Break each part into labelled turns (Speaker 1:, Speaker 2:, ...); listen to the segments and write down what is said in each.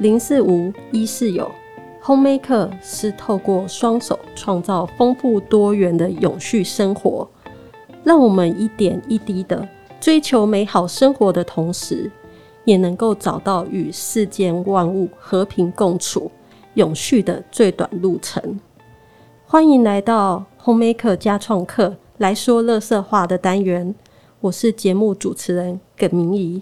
Speaker 1: 零四五一室友，homemaker 是透过双手创造丰富多元的永续生活，让我们一点一滴的追求美好生活的同时，也能够找到与世间万物和平共处、永续的最短路程。欢迎来到 homemaker 家创客来说乐色话的单元，我是节目主持人耿明仪。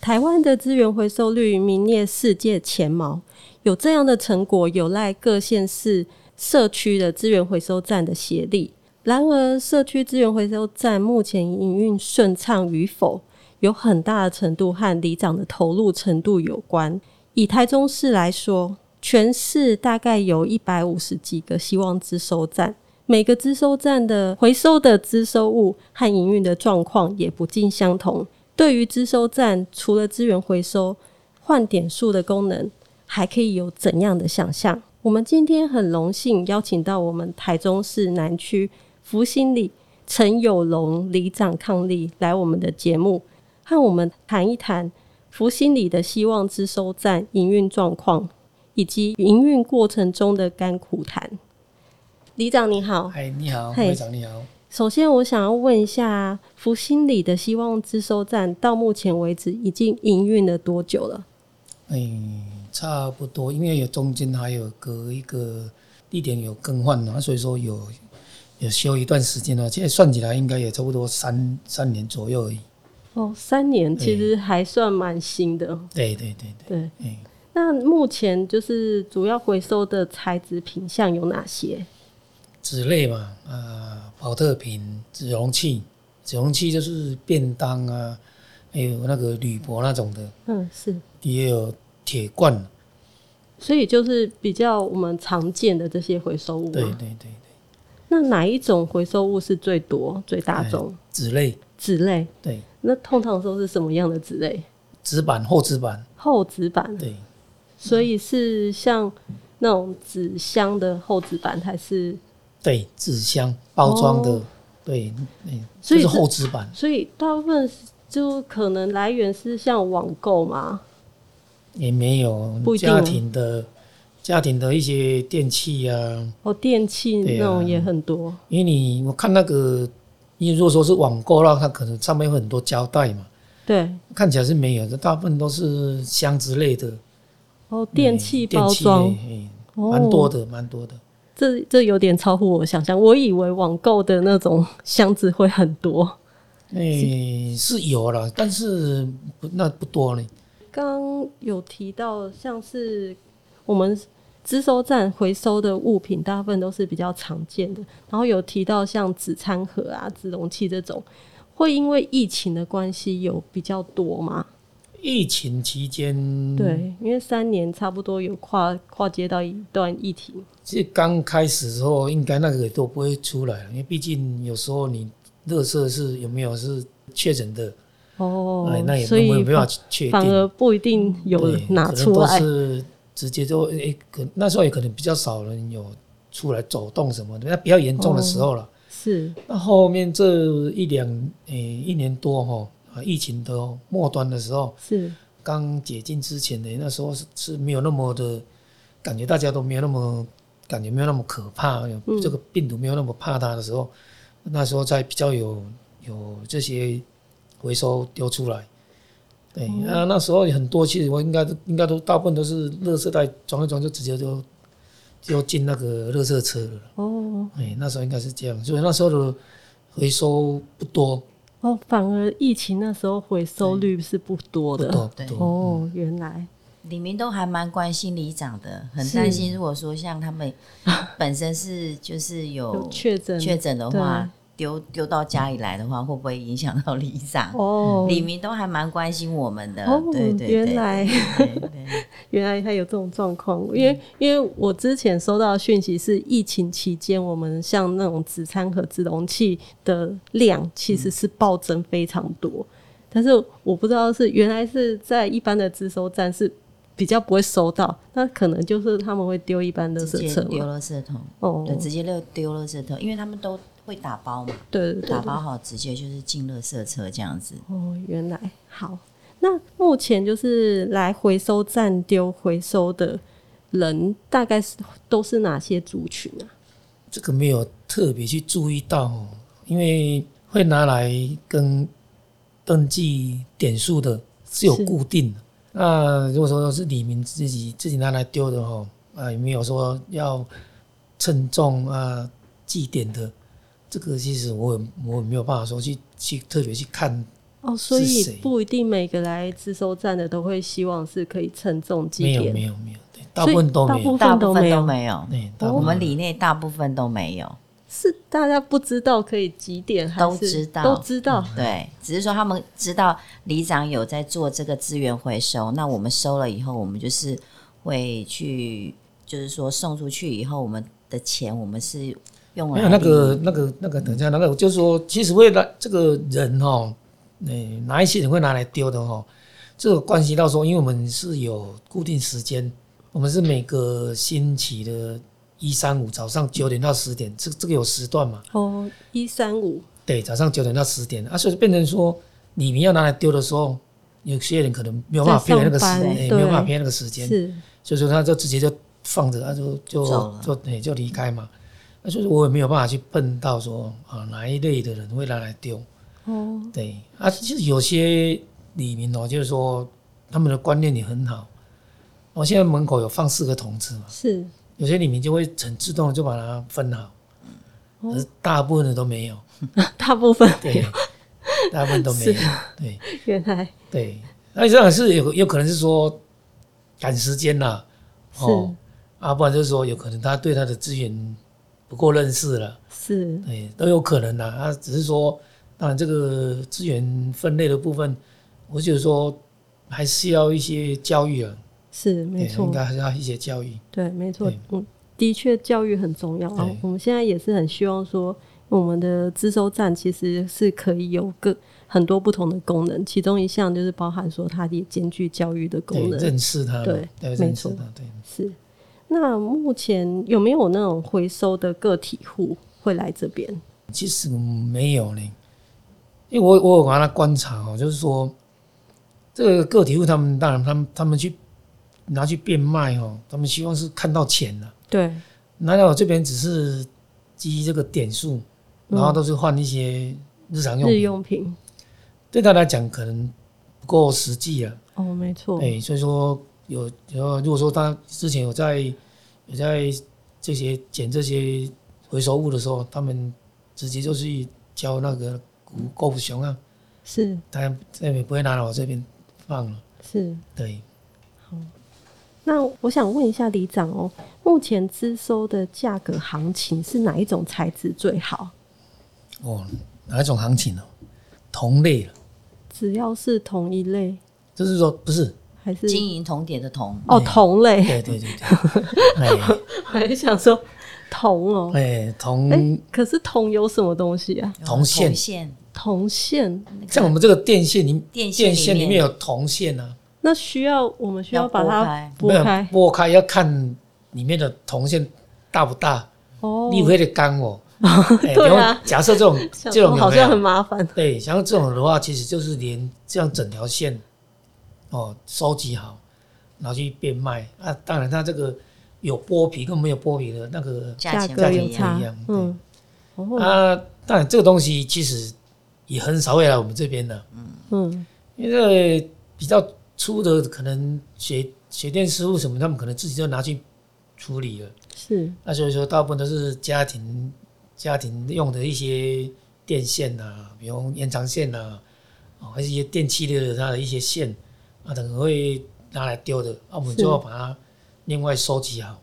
Speaker 1: 台湾的资源回收率名列世界前茅，有这样的成果有赖各县市社区的资源回收站的协力。然而，社区资源回收站目前营运顺畅与否，有很大的程度和里长的投入程度有关。以台中市来说，全市大概有一百五十几个希望资收站，每个资收站的回收的资收物和营运的状况也不尽相同。对于资收站，除了资源回收、换点数的功能，还可以有怎样的想象？我们今天很荣幸邀请到我们台中市南区福兴里陈友龙里长伉俪来我们的节目，和我们谈一谈福兴里的希望资收站营运状况，以及营运过程中的甘苦谈。里长你好，
Speaker 2: 嗨，你好，
Speaker 1: 嗨
Speaker 2: 会长你好。
Speaker 1: 首先，我想要问一下，福星里的希望自收站到目前为止已经营运了多久了？
Speaker 2: 嗯，差不多，因为有中间还有隔一个地点有更换啊，所以说有有休一段时间了、现在算起来应该也差不多三三年左右而已。
Speaker 1: 哦，三年，
Speaker 2: 对
Speaker 1: 其实还算蛮新的。
Speaker 2: 对对对对，
Speaker 1: 对，
Speaker 2: 哎、
Speaker 1: 那目前就是主要回收的材质品项有哪些？
Speaker 2: 纸类嘛，啊、保特瓶、纸容器，纸容器就是便当啊，还有那个铝箔那种的，
Speaker 1: 嗯，是，
Speaker 2: 也有铁罐，
Speaker 1: 所以就是比较我们常见的这些回收物。
Speaker 2: 对对，对对，
Speaker 1: 那哪一种回收物是最多、最大众？
Speaker 2: 纸类，
Speaker 1: 纸类，
Speaker 2: 哎对，
Speaker 1: 那通常都是什么样的纸类？
Speaker 2: 纸板、厚纸板，
Speaker 1: 厚纸板，
Speaker 2: 对。
Speaker 1: 所以是像那种纸箱的厚纸板，还是
Speaker 2: 对，纸箱包装的，
Speaker 1: 哦
Speaker 2: 对，对，
Speaker 1: 所以
Speaker 2: 就是
Speaker 1: 这
Speaker 2: 厚纸板，
Speaker 1: 所以大部分是就可能来源是像网购嘛，
Speaker 2: 也没有
Speaker 1: 不一定
Speaker 2: 家
Speaker 1: 哦
Speaker 2: 庭的家庭的一些电器啊，
Speaker 1: 哦，电器
Speaker 2: 对啊
Speaker 1: 那种也很多，
Speaker 2: 因为你我看那个，因为如果说是网购的话，那它可能上面有很多胶带嘛，
Speaker 1: 对,、
Speaker 2: 看起来是没有，的，大部分都是箱之类的
Speaker 1: 哦，电器
Speaker 2: 嗯电
Speaker 1: 包
Speaker 2: 器
Speaker 1: 装，
Speaker 2: 类，哎
Speaker 1: 哦，
Speaker 2: 蛮多的，蛮多的。
Speaker 1: 这这有点超乎我想象，我以为网购的那种箱子会很多。
Speaker 2: 诶、哎是有了，但是不那不多呢。
Speaker 1: 刚刚有提到像是我们。资收站回收的物品大部分都是比较常见的，然后有提到像纸餐盒啊、纸容器这种，会因为疫情的关系有比较多吗？
Speaker 2: 疫情期间，
Speaker 1: 对，因为三年差不多有跨跨接到一段议题，
Speaker 2: 其实刚开始时候，应该那个也都不会出来了，因为毕竟有时候你热色是有没有是确诊的，
Speaker 1: 哦
Speaker 2: 哎，那也
Speaker 1: 所
Speaker 2: 没有
Speaker 1: 以
Speaker 2: 没办法确
Speaker 1: 反
Speaker 2: 定，
Speaker 1: 而不一定有
Speaker 2: 对
Speaker 1: 拿
Speaker 2: 可能
Speaker 1: 出来
Speaker 2: 都，是直接就哎、可那时候也可能比较少人有出来走动什么的，那比较严重的时候
Speaker 1: 哦
Speaker 2: 了。
Speaker 1: 是
Speaker 2: 那后面这一两哎、一年多哈啊，疫情的末端的时候，
Speaker 1: 是
Speaker 2: 刚解禁之前的那时候是是没有那么的感觉，大家都没有那么感觉没有那么可怕，有
Speaker 1: 嗯
Speaker 2: 这个病毒没有那么怕它的时候，那时候才比较有有这些回收丢出来。对，那、那时候很多，其实我应该都应该都大部分都是垃圾袋装一装就直接就就进那个垃圾车了。
Speaker 1: 哦
Speaker 2: 哎，那时候应该是这样，所以那时候的回收不多，
Speaker 1: 哦，反而疫情那时候回收率是不多
Speaker 2: 不
Speaker 1: 的
Speaker 2: 多不
Speaker 3: 对
Speaker 2: 多。
Speaker 1: 哦，原来
Speaker 3: 李明都还蛮关心里长的，很
Speaker 1: 是
Speaker 3: 担心如果说像他 们本身是就是
Speaker 2: 哦
Speaker 3: 有
Speaker 1: 有确诊啊
Speaker 3: 确诊的话，丢丢到家里来的话，会不会影响到里长？
Speaker 1: 哦
Speaker 3: 李明都还蛮关心我们的，
Speaker 1: 哦
Speaker 3: 对，对
Speaker 1: 原来
Speaker 3: 对对对 嗯
Speaker 1: 原来他有这种状况，因为因为我之前收到的讯息是，疫情期间我们像那种纸餐盒、纸容器的量其
Speaker 3: 嗯
Speaker 1: 实是暴增非常多，但是我不知道是原来是在一般的自收站是比较不会收到，那可能就是他们会丢一般的
Speaker 3: 直
Speaker 1: 圾
Speaker 3: 接
Speaker 1: 车
Speaker 3: 丢
Speaker 1: 嘛。
Speaker 3: 垃圾桶，
Speaker 1: 哦，
Speaker 3: 对，直接丢丢垃圾桶，因为他们都会打包嘛，
Speaker 1: 对对对
Speaker 3: 打包好直接就是进垃圾车这样子。
Speaker 1: 哦，原来好。那目前就是来回收站丢回收的人，大概是都是哪些族群啊？
Speaker 2: 这个没有特别去注意到哦，因为会拿来跟登记点数的是有
Speaker 1: 是
Speaker 2: 固定的。那如果说是李明自己自己拿来丢的哦，啊，也没有说要称重啊、计点的，这个其实我也我也没有办法说去去特别去看。
Speaker 1: 哦，所
Speaker 2: 是
Speaker 1: 以
Speaker 2: 谁
Speaker 1: 不一定每个来自收站的都会希望是可以称重
Speaker 2: 没
Speaker 1: 祭
Speaker 2: 有
Speaker 1: 奠，
Speaker 2: 没有没有，对，大部分都没
Speaker 1: 所以大部
Speaker 2: 有。
Speaker 1: 部分
Speaker 3: 大
Speaker 1: 都
Speaker 3: 部
Speaker 1: 没
Speaker 3: 分
Speaker 1: 有
Speaker 3: 都没有，
Speaker 2: 对，大
Speaker 3: 我
Speaker 2: 部分
Speaker 3: 们里内大部分都没有。
Speaker 1: 是大家不知道可以几点，还是
Speaker 3: 都知道
Speaker 1: 都知道。
Speaker 2: 嗯
Speaker 3: 对，只是说他们知道里长有在做这个资源回收，那我们收了以后，我们就是会去，就是说送出去以后，我们的钱我们是用
Speaker 2: 没
Speaker 3: 来
Speaker 2: 有那个那个那个，等一下，那个就是说，其实会拿这个人哦，嗯、哪一些人会拿来丢的哦，这个关系到说，因为我们是有固定时间，我们是每个星期的一三五早上九点到十点，这这个有时段嘛？
Speaker 1: 哦，一三五
Speaker 2: 对，早上九点到十点啊，所以变成说，你们要拿来丢的时候，有些人可能没有办法
Speaker 1: 在
Speaker 2: 配合那个时，
Speaker 1: 上班
Speaker 2: 哎
Speaker 1: 对
Speaker 2: 没有办法配合那个时间，
Speaker 1: 是
Speaker 2: 所以说他就直接就放着，他就
Speaker 3: 走
Speaker 2: 就
Speaker 3: 了
Speaker 2: 就对就离开嘛。那就是我也没有办法去碰到说啊哪一类的人会拿来丢，
Speaker 1: 哦，
Speaker 2: 对啊，其实有些里民哦，就是说他们的观念也很好。我、现在门口有放四个桶子嘛，
Speaker 1: 是
Speaker 2: 有些里民就会很自动的就把它分好，
Speaker 3: 嗯
Speaker 1: 哦
Speaker 2: 而大部分的都没有，
Speaker 1: 大部分
Speaker 2: 对，大部分都没有，
Speaker 3: 啊
Speaker 2: 对。
Speaker 1: 原来
Speaker 2: 对，那这样是有有可能是说赶时间啦，哦，啊，不然就是说有可能他对他的资源不够认识了，
Speaker 1: 是
Speaker 2: 对，都有可能啦。啊，只是说，当然这个资源分类的部分，我觉得说还是要一些教育啊，
Speaker 1: 是没
Speaker 2: 对，
Speaker 1: 错
Speaker 2: 应，该还是要一些教育。
Speaker 1: 对，没错
Speaker 2: 对，
Speaker 1: 嗯，的确教育很重要啊
Speaker 2: 对。
Speaker 1: 我们现在也是很希望说，我们的自收站其实是可以有个很多不同的功能，其中一项就是包含说它也兼具教育的
Speaker 2: 对
Speaker 1: 功，能。
Speaker 2: 认识他嘛，
Speaker 1: 对
Speaker 2: 对，
Speaker 1: 没
Speaker 2: 认识
Speaker 1: 错
Speaker 2: 他，对。
Speaker 1: 是，那目前有没有那种回收的个体户会来这边？
Speaker 2: 其实没有呢，因为我我有把它观察哦，就是说这个个体户他们当然他们他们去拿去变卖哦，他们希望是看到钱的、
Speaker 1: 对，
Speaker 2: 拿到我这边只是基于这个点数，然后都是换一些日常用
Speaker 1: 日
Speaker 2: 品，
Speaker 1: 用品。
Speaker 2: 对他来讲可能不够实际啊。
Speaker 1: 哦，没错，
Speaker 2: 哎、所以说有有，如果说他之前有在有在这些捡这些回收物的时候，他们直接就去交那个古购物熊啊，
Speaker 1: 是
Speaker 2: 他这边不会拿来我这边放了。
Speaker 1: 是。
Speaker 2: 对，
Speaker 1: 那我想问一下李长哦，目前自收的价格行情是哪一种材质最好？
Speaker 2: 哦，哪一种行情呢、同类了，
Speaker 1: 只要是同一类，
Speaker 2: 就是说不是？
Speaker 1: 还是
Speaker 3: 金银铜铁的铜，
Speaker 1: 哦同类？
Speaker 2: 对对对对，
Speaker 1: 我还想说铜哦，
Speaker 2: 哎哎，同、
Speaker 1: 哎、可是铜有什么东西啊？
Speaker 2: 铜线
Speaker 3: 呃铜线
Speaker 1: 铜线，
Speaker 2: 像我们这个电线里
Speaker 3: 电线
Speaker 2: 电线
Speaker 3: 里
Speaker 2: 里面有铜线啊，
Speaker 1: 那需要我们需要
Speaker 3: 要
Speaker 1: 把
Speaker 3: 拨
Speaker 1: 它
Speaker 3: 开
Speaker 1: 拨开
Speaker 2: 没有拨开要看里面的铜线大不大。
Speaker 1: 哦。
Speaker 2: 你会得 干我。哎
Speaker 1: 对啊
Speaker 2: 比方假设这种
Speaker 1: 想
Speaker 2: 这
Speaker 1: 说
Speaker 2: 种有没有
Speaker 1: 好像很麻烦，
Speaker 2: 对，像这种的话，其实就是连这样整条线哦收集好，然后去变卖啊。当然，它这个有剥皮跟没有剥皮的那个
Speaker 3: 价钱
Speaker 1: 格
Speaker 3: 不
Speaker 2: 不
Speaker 1: 有
Speaker 3: 一样，
Speaker 1: 差
Speaker 2: 一样，对
Speaker 1: 嗯，哦，
Speaker 2: 啊，当然这个东西其实也很少会来我们这边的，
Speaker 1: 嗯，
Speaker 2: 因为比较粗的可能水水电师傅什么，他们可能自己就拿去处理了。
Speaker 1: 是
Speaker 2: 那所以说，大部分都是家庭家庭用的一些电线呐、比如延长线呐、哦，还是一些电器的它的一些线啊，等会拿来丢的，啊，我们
Speaker 1: 是
Speaker 2: 就要把它另外收集好。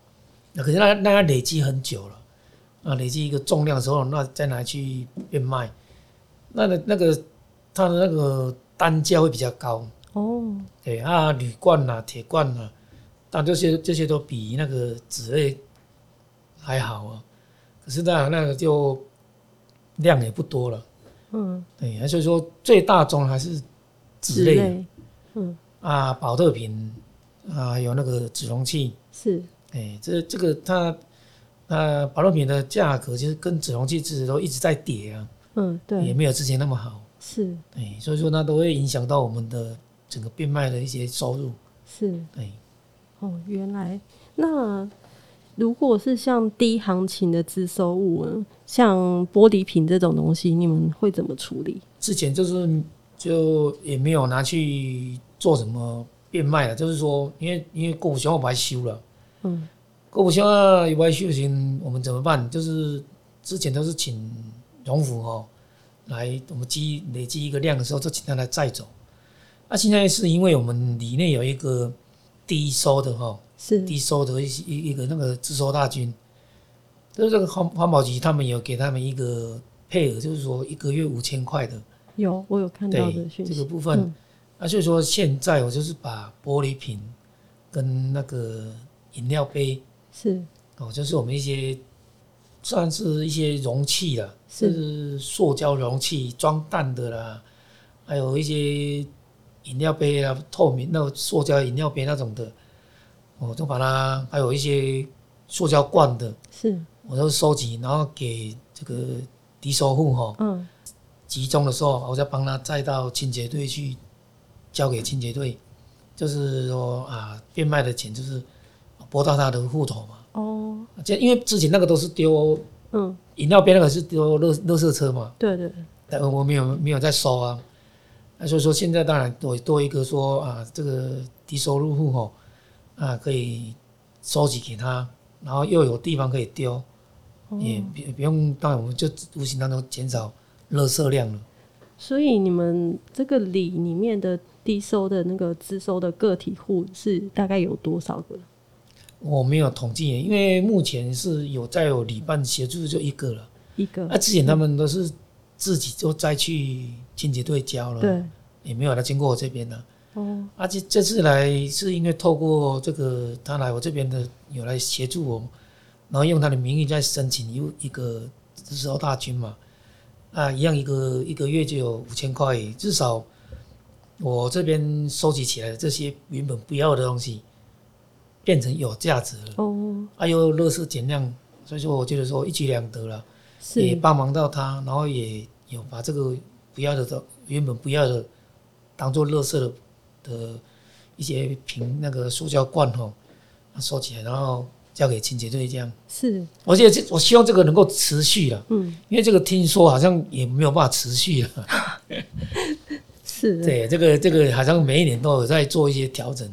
Speaker 2: 那可是那那要累积很久了，啊，累积一个重量的时候，那再拿去变卖，那那那个它的那个单价会比较高。
Speaker 1: 哦，
Speaker 2: 对啊，铝罐呐、铁罐呐、但这些这些都比那个纸类还好啊。可是那那个就量也不多了，
Speaker 1: 嗯，
Speaker 2: 对，所以说最大宗还是纸
Speaker 1: 纸
Speaker 2: 类
Speaker 1: 类嗯
Speaker 2: 啊，保特瓶啊，有那个纸容器，
Speaker 1: 是
Speaker 2: 哎，这这个它呃保特瓶的价格其实跟纸容器其实都一直在跌啊，
Speaker 1: 嗯，
Speaker 2: 也
Speaker 1: 对，
Speaker 2: 没有之前那么好，哎
Speaker 1: 是
Speaker 2: 对，所以说那都会影响到我们的整个变卖的一些收入。哎
Speaker 1: 是
Speaker 2: 对，
Speaker 1: 哦，原来那如果是像低行情的自收物呢，像玻璃瓶这种东西，你们会怎么处理？
Speaker 2: 之前就是就也没有拿去做什么变卖了，就是说，因为因为过不消我白修了，
Speaker 1: 嗯，
Speaker 2: 过不消啊，有白修行，我们怎么办？就是之前都是请荣府哦来，我们积累积一个量的时候，就请他来载走。那、现在是因为我们里面有一个低收的哈、
Speaker 1: 是
Speaker 2: 低收的一些一一个那个自收大军，就是这个环环保局他们有给他们一个配额，就是说一个月五千块的，
Speaker 1: 有我有看到的
Speaker 2: 对
Speaker 1: 讯
Speaker 2: 这
Speaker 1: 息，
Speaker 2: 个部分。
Speaker 1: 嗯
Speaker 2: 啊，所以说现在我就是把玻璃瓶跟那个饮料杯
Speaker 1: 是
Speaker 2: 哦，就是我们一些算是一些容器啦，
Speaker 1: 是
Speaker 2: 就是塑胶容器装蛋的啦，还有一些饮料杯啊，透明那个塑胶饮料杯那种的，我就把它还有一些塑胶罐的，
Speaker 1: 是，
Speaker 2: 我都收集，然后给这个低收户哈、
Speaker 1: 嗯，
Speaker 2: 集中的时候，我再帮他载到清洁队去，交给清洁队，就是说啊，变卖的钱就是啊拨到他的户头嘛。
Speaker 1: 哦，
Speaker 2: 这因为之前那个都是丢
Speaker 1: 嗯，
Speaker 2: 饮料边那个是丢垃垃圾车嘛，
Speaker 1: 对对，
Speaker 2: 但我没有没有在收啊。那所以说现在当然多多一个说啊，这个低收入户吼啊可以收集给他，然后又有地方可以丢，
Speaker 1: 哦
Speaker 2: 也不不用，当然我们就无形当中减少垃圾量了。
Speaker 1: 所以你们这个里里面的低收的那个自收的个体户是大概有多少个？
Speaker 2: 我没有统计，因为目前是有在有里办协助就一个了，
Speaker 1: 一个
Speaker 2: 那、之前他们都是自己就再去清洁队交了，，
Speaker 1: 对，
Speaker 2: 也没有来经过我这边的。
Speaker 1: 哦，
Speaker 2: 而且这次来是因为透过这个他来我这边的有来协助我，然后用他的名义再申请一一个自收大军嘛，啊，一样一个一个月就有五千块，至少我这边收集起来的这些原本不要的东西，变成有价值了。
Speaker 1: 哦，
Speaker 2: 啊，又乐视减量，所以说我觉得说一举两得了，也
Speaker 1: 是，
Speaker 2: 帮忙到他，然后也有把这个不要的、呃原本不要的当做乐色的的呃一些瓶那个塑胶罐吼、啊收起来，然后交给清洁队这样。
Speaker 1: 是，
Speaker 2: 而且这我希望这个能够持续了，
Speaker 1: 嗯，
Speaker 2: 因为这个听说好像也没有办法持续了。
Speaker 1: 是，
Speaker 2: 对，这个这个好像每一年都有在做一些调整，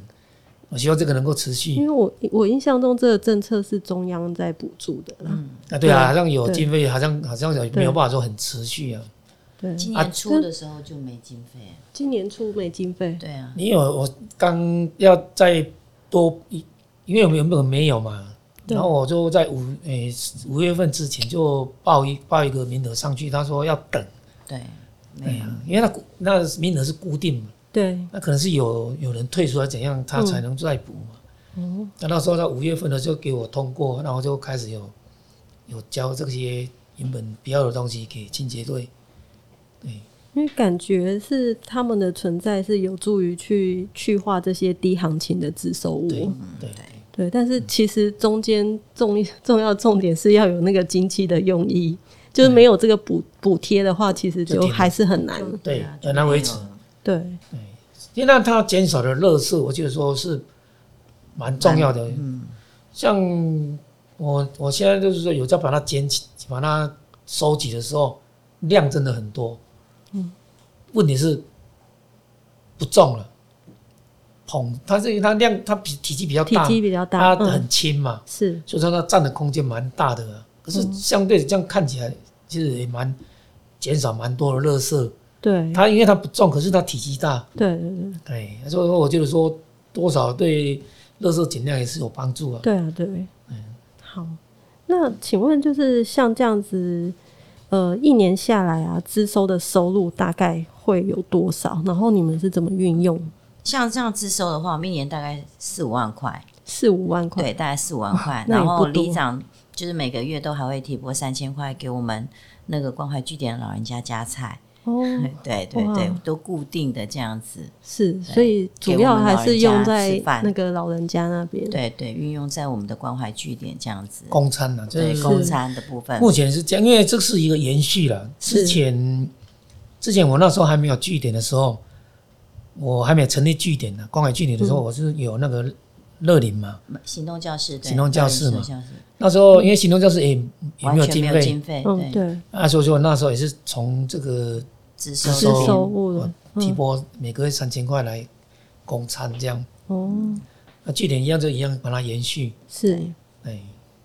Speaker 2: 我希望这个能够持
Speaker 1: 因
Speaker 2: 续。
Speaker 1: 为我我印象中这个政策是中央在补助的啦，
Speaker 2: 啊，对啊，
Speaker 1: 对
Speaker 2: 好像有
Speaker 1: 对
Speaker 2: 经费，好像好像有没有办法说很持续啊。
Speaker 1: 对，
Speaker 3: 今
Speaker 2: 啊
Speaker 3: 年初的时候就没经费，
Speaker 1: 今年初没经费，
Speaker 3: 对啊，
Speaker 2: 你有我刚要再多一，因为我们原本没有嘛，
Speaker 1: 对
Speaker 2: 然后我就在五诶五月份之前就报一报一个名额上去，他说要等，
Speaker 3: 对，
Speaker 2: 哎
Speaker 1: 嗯
Speaker 3: 没有
Speaker 2: 呀，因为那固那名额是固定嘛，
Speaker 1: 对，
Speaker 2: 那可能是有有人退出来怎样，他才能再补嘛。
Speaker 1: 哦，
Speaker 2: 那、那时候在五月份的时候给我通过，然后就开始有有交这些原本不要的东西给清洁队，对。
Speaker 1: 因为感觉是他们的存在是有助于去去化这些低行情的自收物，
Speaker 2: 对对
Speaker 1: 对，但是其实中间重重要重点是要有那个经济的用意，就是没有这个补补贴的话，其实
Speaker 2: 就
Speaker 1: 就
Speaker 2: 挺
Speaker 1: 还是很难，
Speaker 2: 对
Speaker 3: 啊
Speaker 2: 很难维持
Speaker 3: 就没有了
Speaker 1: 对，
Speaker 2: 因为它减少的垃圾，我觉得说是蛮重要的。
Speaker 3: 嗯，
Speaker 2: 像我我现在就是说有在把它捡起，把它收集的时候，量真的很多。嗯，问题是不重了，捧它这个它量它比体积比较
Speaker 1: 体
Speaker 2: 大，
Speaker 1: 积比较大，
Speaker 2: 它
Speaker 1: 嗯，
Speaker 2: 很轻嘛，
Speaker 1: 是
Speaker 2: 所以说它占的空间蛮大的啊。可是相对这样看起来，其实也蛮减少蛮多的垃圾。
Speaker 1: 对，
Speaker 2: 它因为它不重，可是它体积大。
Speaker 1: 对对对
Speaker 2: 对，所以说我觉得说多少对垃圾减量也是有帮助啊。
Speaker 1: 对啊，对，
Speaker 3: 嗯
Speaker 1: 好，那请问就是像这样子，呃，一年下来啊，支收的收入大概会有多少？然后你们是怎么运用？
Speaker 3: 像这样自收的话，我们一年大概四五万块，
Speaker 1: 四五万块，
Speaker 3: 对，大概四五万块，
Speaker 1: 那也
Speaker 3: 然后
Speaker 1: 不多
Speaker 3: 里长就是每个月都还会提拨三千块给我们那个关怀据点的老人家加菜，
Speaker 1: 哦，
Speaker 2: 嗯
Speaker 3: 对对对
Speaker 1: 哇，
Speaker 3: 都固定的这样子，
Speaker 1: 是，所以主要还是用在
Speaker 3: 给我们老人家吃饭
Speaker 1: 那个老人家那边，
Speaker 3: 对对，运用在我们的关怀据点这样子，
Speaker 2: 公餐啊，这
Speaker 3: 对
Speaker 2: 是
Speaker 3: 公餐的部分，
Speaker 2: 目前是这样，因为这是一个延续了。
Speaker 1: 是
Speaker 2: 之前之前我那时候还没有据点的时候，我还没有成立据点呢、关怀据点的
Speaker 3: 嗯
Speaker 2: 时候，我是有那个乐龄嘛，
Speaker 3: 行动教室，对
Speaker 2: 行动教室嘛
Speaker 3: 行动教室
Speaker 2: 那时候因为行动教室也也
Speaker 3: 嗯完
Speaker 2: 没有
Speaker 3: 全
Speaker 2: 经
Speaker 3: 没有
Speaker 2: 费，
Speaker 3: 经费，
Speaker 1: 嗯，
Speaker 3: 对，
Speaker 1: 对，
Speaker 2: 啊，所以说那时候也是从这个
Speaker 3: 自
Speaker 2: 自
Speaker 1: 是
Speaker 3: 收
Speaker 2: 收
Speaker 3: 的
Speaker 1: 收哦入
Speaker 2: 我
Speaker 1: 了，
Speaker 2: 提
Speaker 3: 嗯
Speaker 2: 拨每个月三千块来供餐这样，
Speaker 1: 哦，
Speaker 2: 那据点一样就一样把它延续，
Speaker 1: 是。
Speaker 2: 哎，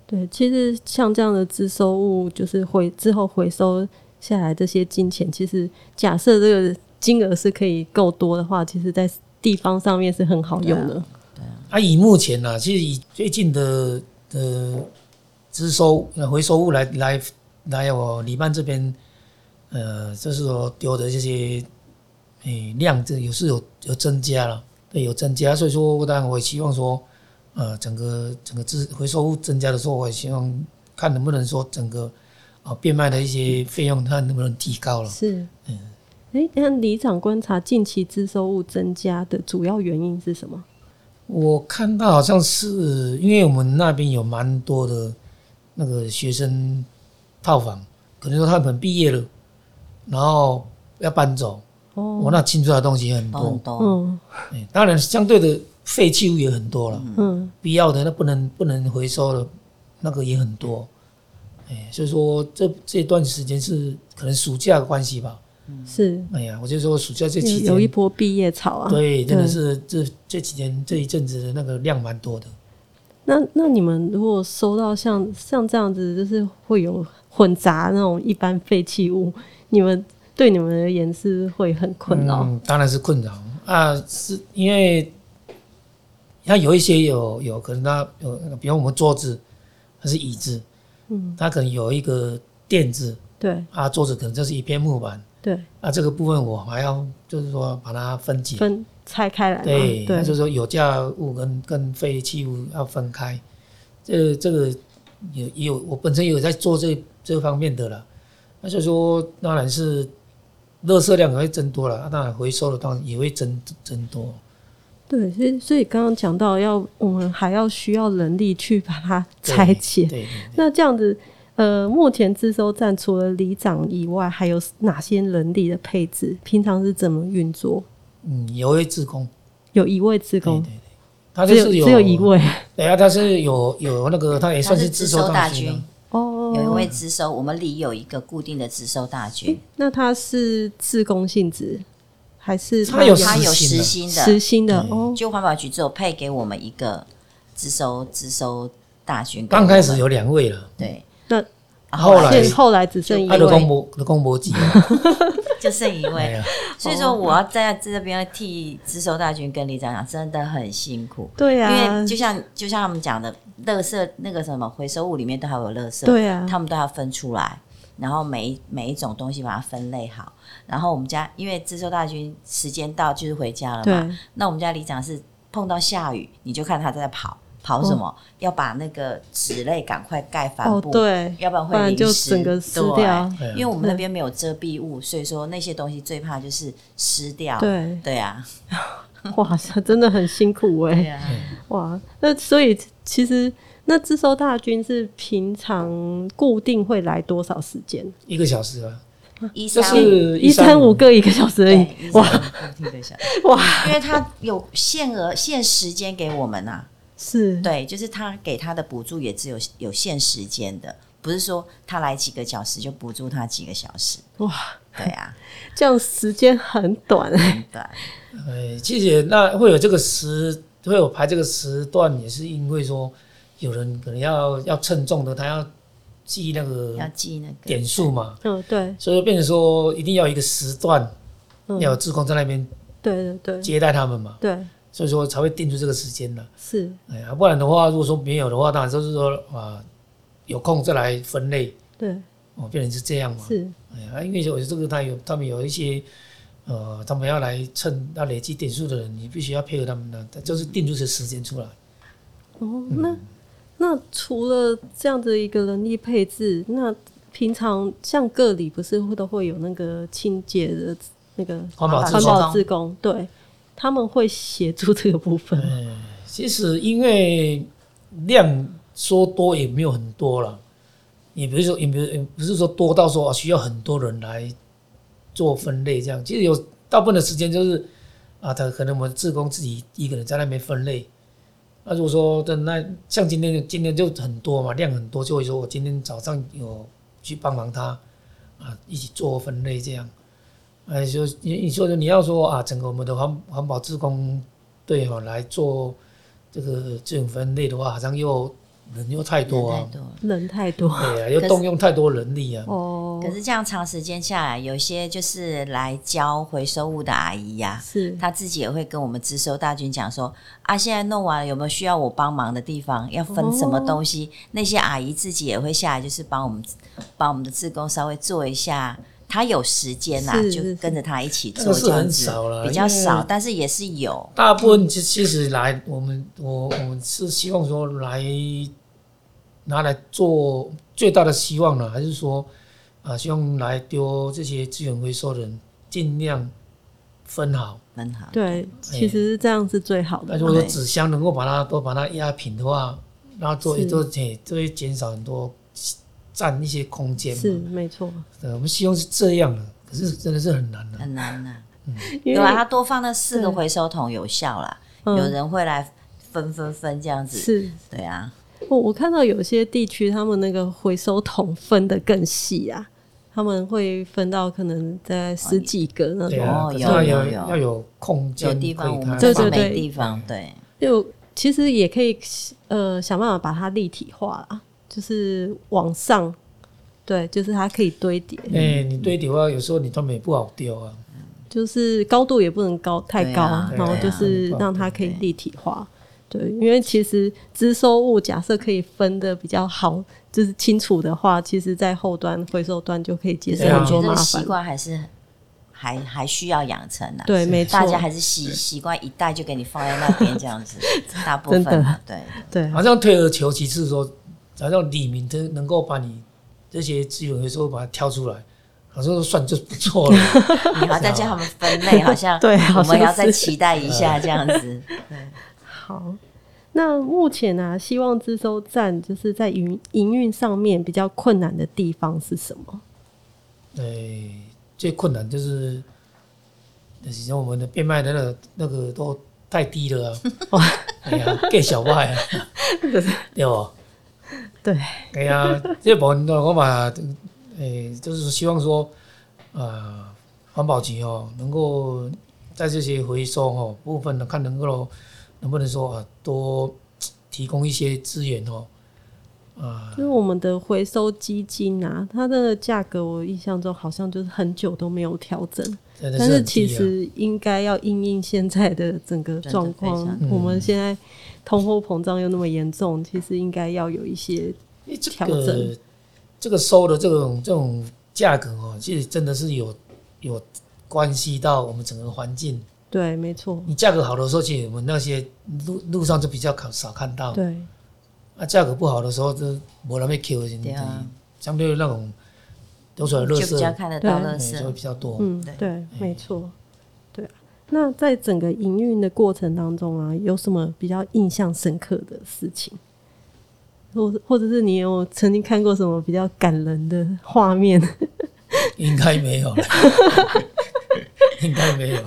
Speaker 1: 对，其实像这样的自收物，就是回之后回收下来这些金钱，其实假设这个金额是可以够多的话，其实在地方上面是很好用的。
Speaker 2: 啊，以目前呢、啊，其实以最近的的支收呃回收物来来来我黎曼这边，呃，就是说丢的这些，诶、量这有是有有增加了，对，有增加，所以说当然我也希望说，呃，整个整个支回收物增加的时候，我也希望看能不能说整个啊、变卖的一些费用，看能不能提高了。
Speaker 1: 是，
Speaker 2: 嗯
Speaker 1: 哎，那里长观察近期自收物增加的主要原因是什么？
Speaker 2: 我看到好像是因为我们那边有蛮多的那个学生套房，可能说他们毕业了，然后要搬走，
Speaker 1: 哦，
Speaker 2: 我那清出来的东西很
Speaker 3: 都
Speaker 2: 多，
Speaker 3: 很多，
Speaker 1: 嗯
Speaker 2: 哎当然相对的废弃物也很多了，
Speaker 1: 嗯，
Speaker 2: 必要的那不能不能回收的那个也很多，哎，所以说这这段时间是可能暑假的关系吧，
Speaker 1: 是
Speaker 2: 哎呀，我就说暑假这期
Speaker 1: 有有一
Speaker 2: 间，
Speaker 1: 波毕业潮啊。
Speaker 2: 对，真的是这这几年这一阵子的那个量蛮多的。
Speaker 1: 那那你们如果收到像像这样子，就是会有混杂那种一般废弃物，你们对你们而言是会很困扰。
Speaker 2: 嗯，当然是困扰啊，是因为它有一些有有可能它有，比如我们桌子，它是椅子，
Speaker 1: 嗯，
Speaker 2: 它可能有一个垫子
Speaker 1: 对
Speaker 2: 啊，桌子可能就是一片木板
Speaker 1: 对，
Speaker 2: 啊，这个部分我还要就是说把它分解，
Speaker 1: 分拆开来嘛。
Speaker 2: 对，那
Speaker 1: 啊对，
Speaker 2: 就是说有价物跟跟废弃物要分开，这这个也也有我本身也有在做这这方面的了，那就说当然是，垃圾量也会增多了，啊当然回收的当然也会增增多，
Speaker 1: 对，所以所以刚刚讲到要，我们还要需要人力去把它
Speaker 2: 对
Speaker 1: 拆解。
Speaker 2: 对，对
Speaker 1: 那这样子，呃，目前自收站除了里长以外，还有哪些人力的配置？平常是怎么运作？
Speaker 2: 嗯，也会自工，
Speaker 1: 有一位职
Speaker 2: 对对
Speaker 1: 工，
Speaker 2: 对，他就
Speaker 1: 只
Speaker 2: 是
Speaker 1: 有只有一， 位
Speaker 2: 对啊，他是有有那个，他也
Speaker 3: 他
Speaker 2: 算
Speaker 3: 是
Speaker 2: 自
Speaker 3: 自
Speaker 2: 收
Speaker 3: 收大
Speaker 2: 军啊
Speaker 3: 军，
Speaker 1: 哦。
Speaker 3: 有一
Speaker 2: 嗯
Speaker 3: 位自收，我们里有一个固定的自收大军，
Speaker 1: 那他是自工性质，还是
Speaker 2: 他有
Speaker 3: 他有
Speaker 2: 实
Speaker 3: 实
Speaker 2: 薪
Speaker 3: 薪
Speaker 1: 实
Speaker 3: 的，
Speaker 1: 薪的？哦，
Speaker 3: 就环保局只有配给我们一个自收自收大军给我
Speaker 2: 刚
Speaker 3: 们，
Speaker 2: 开始有两位了，
Speaker 3: 对，
Speaker 1: 哦那
Speaker 3: 啊
Speaker 2: 后来
Speaker 1: 现后来只剩一
Speaker 2: 他的公
Speaker 1: 位。
Speaker 2: 博的公博级，啊
Speaker 3: 就 剩一
Speaker 2: 哎
Speaker 3: 位，
Speaker 2: 呀
Speaker 3: 所以说我要在这边替自收大军跟里长讲，真的很辛苦。
Speaker 1: 对
Speaker 3: 因
Speaker 1: 啊
Speaker 3: 为，就像就像他们讲的，垃圾那个什么回收物里面都还有垃圾，
Speaker 1: 对啊
Speaker 3: 他们都要分出来，然后每一每一种东西把它分类好。然后我们家因为自收大军时间到就是回家了嘛，
Speaker 1: 对
Speaker 3: 那我们家里长是碰到下雨，你就看他在跑跑什么，要把那个纸类赶快盖帆
Speaker 1: 哦
Speaker 3: 布，
Speaker 1: 对，
Speaker 3: 要不然
Speaker 1: 不
Speaker 3: 会
Speaker 1: 然
Speaker 3: 淋
Speaker 1: 就
Speaker 3: 湿
Speaker 1: 整个湿
Speaker 3: 对
Speaker 1: 掉。
Speaker 2: 哎呀
Speaker 3: 因为我们那边没有遮蔽物，所以说那些东西最怕就是湿掉。
Speaker 1: 对，
Speaker 3: 对啊，
Speaker 1: 哇， 这真的很辛苦哎、
Speaker 3: 啊，
Speaker 1: 哇，那所以其实那自收大军是平常固定会来多少时间？
Speaker 2: 一个小时啊，
Speaker 3: 一
Speaker 2: 就
Speaker 3: 三五
Speaker 2: 是
Speaker 1: 一三五个一个小时而已
Speaker 3: 对，一。三
Speaker 1: 哇
Speaker 3: 五固定的小时
Speaker 1: 哇，
Speaker 3: 因为他有限额、限时间给我们呐、啊
Speaker 1: 是，
Speaker 3: 对，就是他给他的补助也只有有限时间的，不是说他来几个小时就补助他几个小时。
Speaker 1: 哇，
Speaker 3: 对啊，
Speaker 1: 这样时间很短哎、
Speaker 3: 对，
Speaker 2: 呃，其实也那会有这个时，会有排这个时段，也是因为说有人可能要要称重的，他要记那个
Speaker 3: 要记那个
Speaker 2: 点数嘛，
Speaker 1: 嗯，对，
Speaker 2: 所以变成说一定要有一个时段，
Speaker 1: 嗯，
Speaker 2: 要有志工在那边
Speaker 1: 对对对
Speaker 2: 接待他们
Speaker 3: 嗯
Speaker 2: 嘛，
Speaker 1: 对，
Speaker 2: 所以说才会定出这个时间的。
Speaker 1: 是，
Speaker 2: 哎呀，不然的话，如果说没有的话，当然就是说啊，有空再来分
Speaker 3: 嗯
Speaker 2: 类，
Speaker 1: 对
Speaker 2: 哦，变成是这样嘛。
Speaker 1: 是，
Speaker 2: 哎呀，因为有这个他有他们有一些，呃，他们要来蹭要累积点数的人，你必须要配合他们的，就是定出这时间出来。
Speaker 1: 哦，
Speaker 3: 嗯
Speaker 1: 那那除了这样的一个人力配置，那平常像个里不是会都会有那个清洁的那个
Speaker 2: 环保
Speaker 3: 环
Speaker 2: 自
Speaker 1: 环保志
Speaker 2: 工，
Speaker 3: 志工
Speaker 1: 哦工，对他们会协助这个部分
Speaker 2: 嗯
Speaker 1: 吗。
Speaker 2: 其实因为量说多也没有很多了，也不是说也不是也不是说多到说啊需要很多人来做分类这样。其实有大部分的时间就是啊，他可能我们自工自己一个人在那边分类。那如果说的那像今天今天就很多嘛，量很多，就会说我今天早上有去帮忙他啊，一起做分类这样。哎，就你你说的你要说啊，整个我们的环环保志工队哦来做这个这种分类的话，好像又人又太多
Speaker 3: 太
Speaker 2: 啊，
Speaker 3: 多了。
Speaker 1: 人太多
Speaker 2: 对啊，又动用太多人力啊。
Speaker 1: 哦
Speaker 3: 可，是这样长时间下来，有些就是来教回收物的阿姨呀、
Speaker 1: 是
Speaker 3: 她自己也会跟我们资收大军讲说啊，现在弄完了有没有需要我帮忙的地方？要分什么东西？那些阿姨自己也会下来，就是帮我们帮我们的志工稍微做一下。她有时间啦、
Speaker 1: 是
Speaker 3: 就是跟着她一起
Speaker 2: 这
Speaker 3: 做，
Speaker 2: 个是
Speaker 3: 这样
Speaker 2: 很
Speaker 3: 子
Speaker 2: 少哎啦
Speaker 3: 比较
Speaker 2: 因
Speaker 3: 少
Speaker 2: 为，
Speaker 3: 但是也是有。
Speaker 2: 大部分其其实来我们我我们是希望说来拿来做最大的希望呢，还是说啊，希望来丢这些资源回收的人尽量分好。
Speaker 3: 很好，
Speaker 1: 对，其实是这样是最好
Speaker 2: 嗯那
Speaker 1: 的
Speaker 2: 如。果说
Speaker 3: 对
Speaker 2: 纸箱能够把它都把它压平的话，然后做
Speaker 1: 是
Speaker 2: 也做也就会减少很多占一些空间嘛。
Speaker 1: 是没错，
Speaker 2: 对，我们希望是这样的，可是真的是很难的、
Speaker 3: 很难呐、
Speaker 1: 因
Speaker 3: 有
Speaker 1: 为
Speaker 3: 啊，他多放那四个
Speaker 1: 对
Speaker 3: 回收桶有效啦，
Speaker 1: 嗯
Speaker 3: 有人会来分分分这样子，
Speaker 1: 是哦
Speaker 3: 对啊，
Speaker 1: 我我看到有些地区他们那个回收桶分的更细啊，他们会分到可能在十几个那
Speaker 2: 对
Speaker 1: 种。
Speaker 2: 啊，
Speaker 3: 哦
Speaker 2: 可是
Speaker 3: 有
Speaker 2: 要
Speaker 3: 有有
Speaker 2: 要有空
Speaker 3: 有
Speaker 2: 间可以
Speaker 3: 地
Speaker 2: 开
Speaker 3: 方我们
Speaker 1: 对
Speaker 3: 真
Speaker 1: 对
Speaker 3: 的
Speaker 1: 对
Speaker 3: 没地方，
Speaker 2: 啊
Speaker 3: 对，
Speaker 1: 就其实也可以呃想办法把它立体化啦，就是往上，对，就是它可以堆叠，
Speaker 2: 哎、你堆叠的话，有时候你他们也不好丢啊。
Speaker 1: 就是高度也不能高太高，
Speaker 3: 对啊
Speaker 1: 然后就是让它可以立体化。对，因为其实支收物假设可以分的比较好，就是清楚的话，其实在后端回收端就可以节省
Speaker 2: 对啊
Speaker 1: 很
Speaker 3: 这
Speaker 1: 多麻
Speaker 3: 个
Speaker 1: 烦
Speaker 3: 习。惯还是还还需要养成啊，
Speaker 1: 对，没错
Speaker 3: 大，家还是习习惯一袋就给你放在那边这 样子，大部分
Speaker 1: 真的
Speaker 3: 啊对，
Speaker 1: 对，
Speaker 2: 好像退而求其次说，好像李明真能够把你这些资源回收把它挑出来，好像算就不错 了。
Speaker 3: 你好，再叫他们分类，好像
Speaker 1: 对好
Speaker 3: 我
Speaker 1: 像
Speaker 3: 们要再
Speaker 1: 是
Speaker 3: 期待一
Speaker 2: 嗯
Speaker 3: 下这样子，
Speaker 1: 好，那目前啊，希望自收站就是在营营运上面比较困难的地方是什么？
Speaker 2: 哎、最困难就是，就是像我们的变卖的那个那个都太低了啊， 哎呀，给小卖啊，对吧？
Speaker 1: 对，
Speaker 2: 哎呀，这部分我嘛，诶、就是希望说，呃，环保局哦，能够在这些回收哦部分呢，看能够能不能说啊，多提供一些资源哦，啊、
Speaker 1: 就是我们的回收基金啊，它的价格我印象中好像就是很久都没有调整，
Speaker 2: 真的
Speaker 1: 但
Speaker 2: 是
Speaker 1: 是
Speaker 2: 很
Speaker 1: 其
Speaker 2: 低啊。
Speaker 1: 实应该要因应现在的整个状况
Speaker 3: 真的，
Speaker 2: 非常
Speaker 1: 我们现在通货膨胀又那么严重，其实应该要有一些
Speaker 2: 因为这
Speaker 1: 调
Speaker 2: 个
Speaker 1: 整
Speaker 2: 这个收的这种这种价格哦，其实真的是有有关系到我们整个环境。
Speaker 1: 对，没错，
Speaker 2: 你价格好的时候，其实我们那些路路上就比较少少看到；
Speaker 1: 对，
Speaker 2: 啊，价格不好的时候，就没人会 Q 的，
Speaker 3: 对啊
Speaker 2: 相对那种流出来的垃
Speaker 3: 就
Speaker 2: 圾
Speaker 3: 比较看得到
Speaker 1: 对
Speaker 3: 乐
Speaker 2: 哎就会
Speaker 3: 色，
Speaker 2: 比较多。
Speaker 1: 嗯
Speaker 3: 对，
Speaker 1: 对，
Speaker 2: 哎
Speaker 1: 没错，对啊。那在整个营运的过程当中啊，有什么比较印象深刻的事情，或或者是你有曾经看过什么比较感人的画面？
Speaker 2: 应该没有了， 应该没有。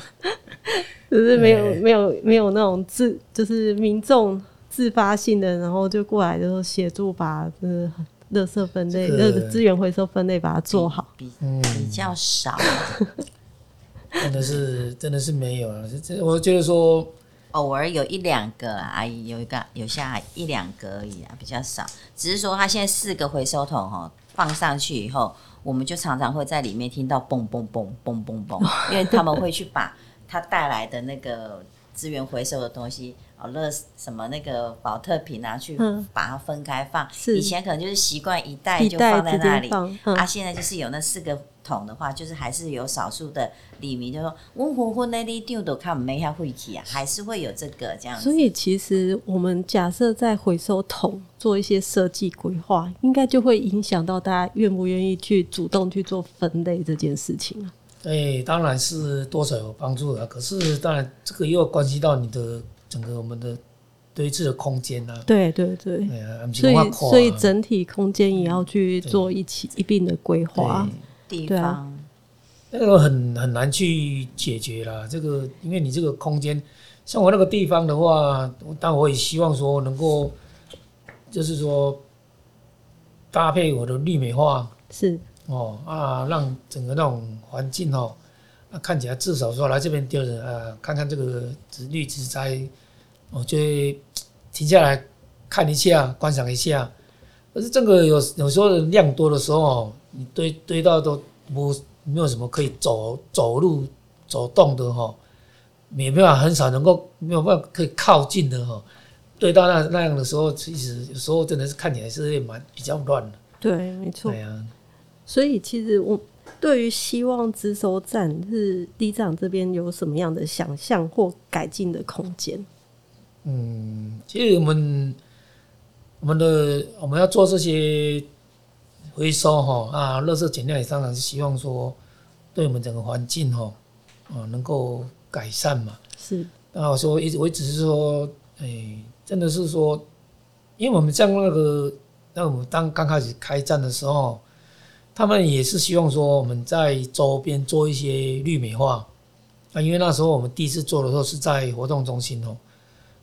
Speaker 1: 就是没有
Speaker 2: 对
Speaker 1: 没有没有那种自就是民众自发性的，然后就过来就说协助把呃垃圾分类、
Speaker 2: 这
Speaker 1: 那
Speaker 2: 个
Speaker 1: 个资源回收分类把它做好。
Speaker 3: 比
Speaker 2: 嗯
Speaker 3: 比较少。
Speaker 2: 真的是真的是没有了。这这我觉得说，
Speaker 3: 偶尔有一两个啦阿姨，有一个有下一两个而已啊，比较少。只是说它现在四个回收桶哦，放上去以后，我们就常常会在里面听到嘣嘣嘣嘣嘣嘣，因为他们会去把他带来的那个资源回收的东西。哦，乐什么那个保特瓶啊，去
Speaker 1: 嗯
Speaker 3: 把它分开放。
Speaker 1: 是
Speaker 3: 以前可能就是习惯一袋
Speaker 1: 一
Speaker 3: 就
Speaker 1: 袋
Speaker 3: 放在
Speaker 1: 直
Speaker 3: 那
Speaker 1: 接
Speaker 3: 里，
Speaker 1: 放，嗯
Speaker 3: 啊，现在就是有那四个桶的话，就是还是有少数的李明就说，温混混那里丢都看没下晦气啊，还是会有这个这样
Speaker 1: 所
Speaker 3: 子。
Speaker 1: 以其实我们假设在回收桶做一些设计规划，应该就会影响到大家愿不愿意去主动去做分类这件事情啊。
Speaker 2: 哎，当然是多少有帮助的啊，可是当然这个又关系到你的整个我们的堆置的空间呐、啊。
Speaker 1: 对对对，
Speaker 2: 哎呀，不是
Speaker 1: 所
Speaker 2: 我
Speaker 1: 以
Speaker 2: 看啊
Speaker 1: 所以整体空间也要去做一起一并的规划。
Speaker 2: 对
Speaker 3: 地
Speaker 1: 对啊
Speaker 3: 方
Speaker 2: 那个很很难去解决啦。这个因为你这个空间，像我那个地方的话，我但我也希望说能够，就是说搭配我的绿美化
Speaker 1: 是
Speaker 2: 哦啊，让整个那种环境哦，啊看起来至少说来这边丢人啊，看看这个植绿植栽，我哦就会停下来看一下，观赏一下。可是这个有有时候人量多的时候哦，你堆堆到都不没有什么可以走走路走动的哈、哦，也没办法很少能够没有办法可以靠近的哈、哦。堆到那那样的时候，其实有时候真的是看起来是蛮比较乱的。
Speaker 1: 对，没错
Speaker 2: 对。呀、
Speaker 1: 所以其实我对于希望自收站是里长这边有什么样的想象或改进的空间？
Speaker 2: 其实我们我们的我们要做这些回收哈啊，垃圾减量也当然是希望说对我们整个环境哈啊能够改善嘛。
Speaker 1: 是
Speaker 2: 那我啊说一直我只是说，哎、真的是说，因为我们像那个那我们当刚开始开战的时候，他们也是希望说我们在周边做一些绿美化。那因为那时候我们第一次做的时候是在活动中心哦，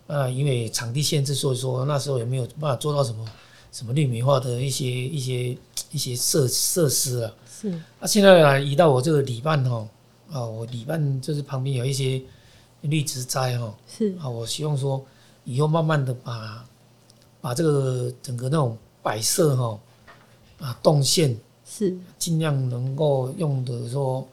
Speaker 2: 那因为场地限制，所以说那时候也没有办法做到什么什么绿美化的一些一些一些设设施啊。
Speaker 1: 是
Speaker 2: 那、现在来移到我这个里办哦，啊，我里办就是旁边有一些绿植栽哦，
Speaker 1: 是
Speaker 2: 啊，我希望说以后慢慢的把把这个整个那种摆设哈啊动线，
Speaker 1: 是
Speaker 2: 尽量能够用的说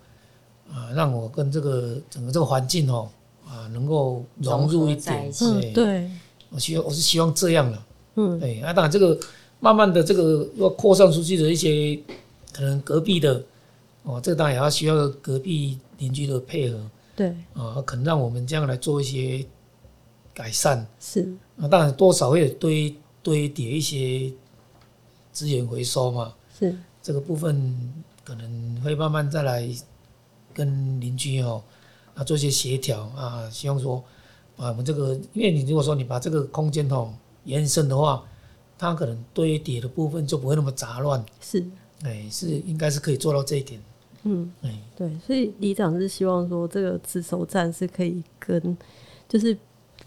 Speaker 2: 啊，让我跟这个整个这个环境哦啊能够融入一
Speaker 3: 融合在
Speaker 2: 点
Speaker 3: 一。起
Speaker 1: 嗯对
Speaker 2: 我希望我是希望这样了。
Speaker 1: 嗯
Speaker 2: 对，那、当然这个慢慢的这个要扩散出去的一些可能隔壁的哦，这个当然也要需要隔壁邻居的配合
Speaker 1: 对
Speaker 2: 啊，可能让我们这样来做一些改善。
Speaker 1: 是
Speaker 2: 那啊当然多少会有堆堆叠一些资源回收嘛，
Speaker 1: 是
Speaker 2: 这个部分可能会慢慢再来跟邻居哦啊做一些协调啊，希望说啊我们这个，因为你如果说你把这个空间哦延伸的话，它可能堆叠的部分就不会那么杂乱，
Speaker 1: 是
Speaker 2: 哎，是应该是可以做到这一点，
Speaker 1: 嗯
Speaker 2: 哎，
Speaker 1: 对，所以里长是希望说这个自收站是可以跟就是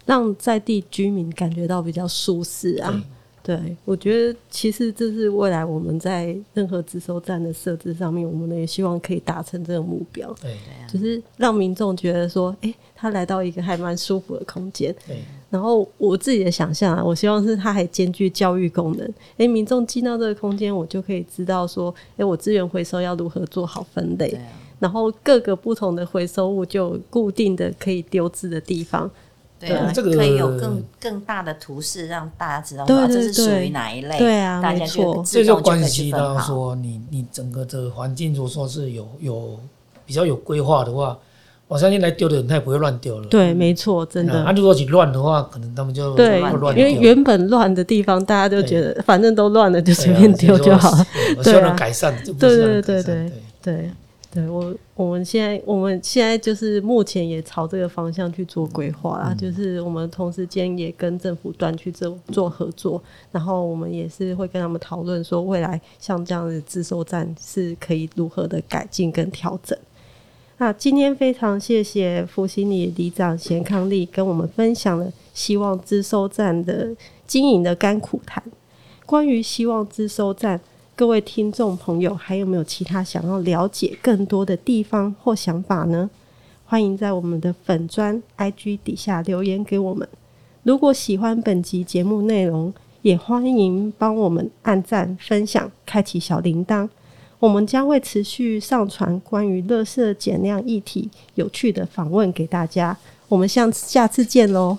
Speaker 1: 让在地居民感觉到比较舒适啊。
Speaker 2: 对
Speaker 1: 对，我觉得其实这是未来我们在任何自收站的设置上面，我们也希望可以达成这个目标，
Speaker 2: 对
Speaker 1: 就是让民众觉得说，哎、他来到一个还蛮舒服的空间。
Speaker 2: 对
Speaker 1: 然后我自己的想象啊，我希望是它还兼具教育功能。哎，民众进到这个空间，我就可以知道说，哎，我资源回收要如何做好分类，
Speaker 3: 啊
Speaker 1: 然后各个不同的回收物就有固定的可以丢置的地方。
Speaker 3: 对啊，
Speaker 2: 对这个
Speaker 3: 可以有更更大的图示让大家知道
Speaker 1: 对
Speaker 3: 说啊
Speaker 1: 对
Speaker 3: 这是属
Speaker 1: 对
Speaker 3: 于哪一类，
Speaker 1: 对啊
Speaker 3: 大家
Speaker 1: 没
Speaker 3: 就
Speaker 1: 错
Speaker 2: 这
Speaker 3: 自
Speaker 2: 就
Speaker 3: 动就可
Speaker 2: 关
Speaker 3: 以
Speaker 2: 系
Speaker 3: 去
Speaker 2: 到
Speaker 3: 分好。
Speaker 2: 说你你整个的环境，如果说是有有比较有规划的话，我相信来丢的人他也不会乱丢了。
Speaker 1: 对，没错，真的。
Speaker 2: 啊，啊如果你乱的话，可能他们就
Speaker 1: 对
Speaker 2: 就啊乱，
Speaker 1: 因
Speaker 2: 丢。
Speaker 1: 为原本乱的地方，大家都觉得反正都乱了，就
Speaker 2: 对
Speaker 1: 随便
Speaker 2: 啊
Speaker 1: 丢就好了。。对
Speaker 2: 所以说我希
Speaker 1: 啊
Speaker 2: 望能改善，这不是让人改
Speaker 1: 对对
Speaker 2: 善
Speaker 1: 对对，对我我们现在我们现在就是目前也朝这个方向去做规划啦，就是我们同时间也跟政府端去做做合作，然后我们也是会跟他们讨论说，未来像这样的自收站是可以如何的改进跟调整。那今天非常谢谢福星里里长贤康利跟我们分享了希望自收站的经营的甘苦谈。关于希望自收站，各位听众朋友还有没有其他想要了解更多的地方或想法呢？欢迎在我们的粉砖 IG 底下留言给我们。如果喜欢本集节目内容，也欢迎帮我们按赞、分享、开启小铃铛。我们将会持续上传关于乐色减量议题有趣的访问给大家。我们下下次见喽！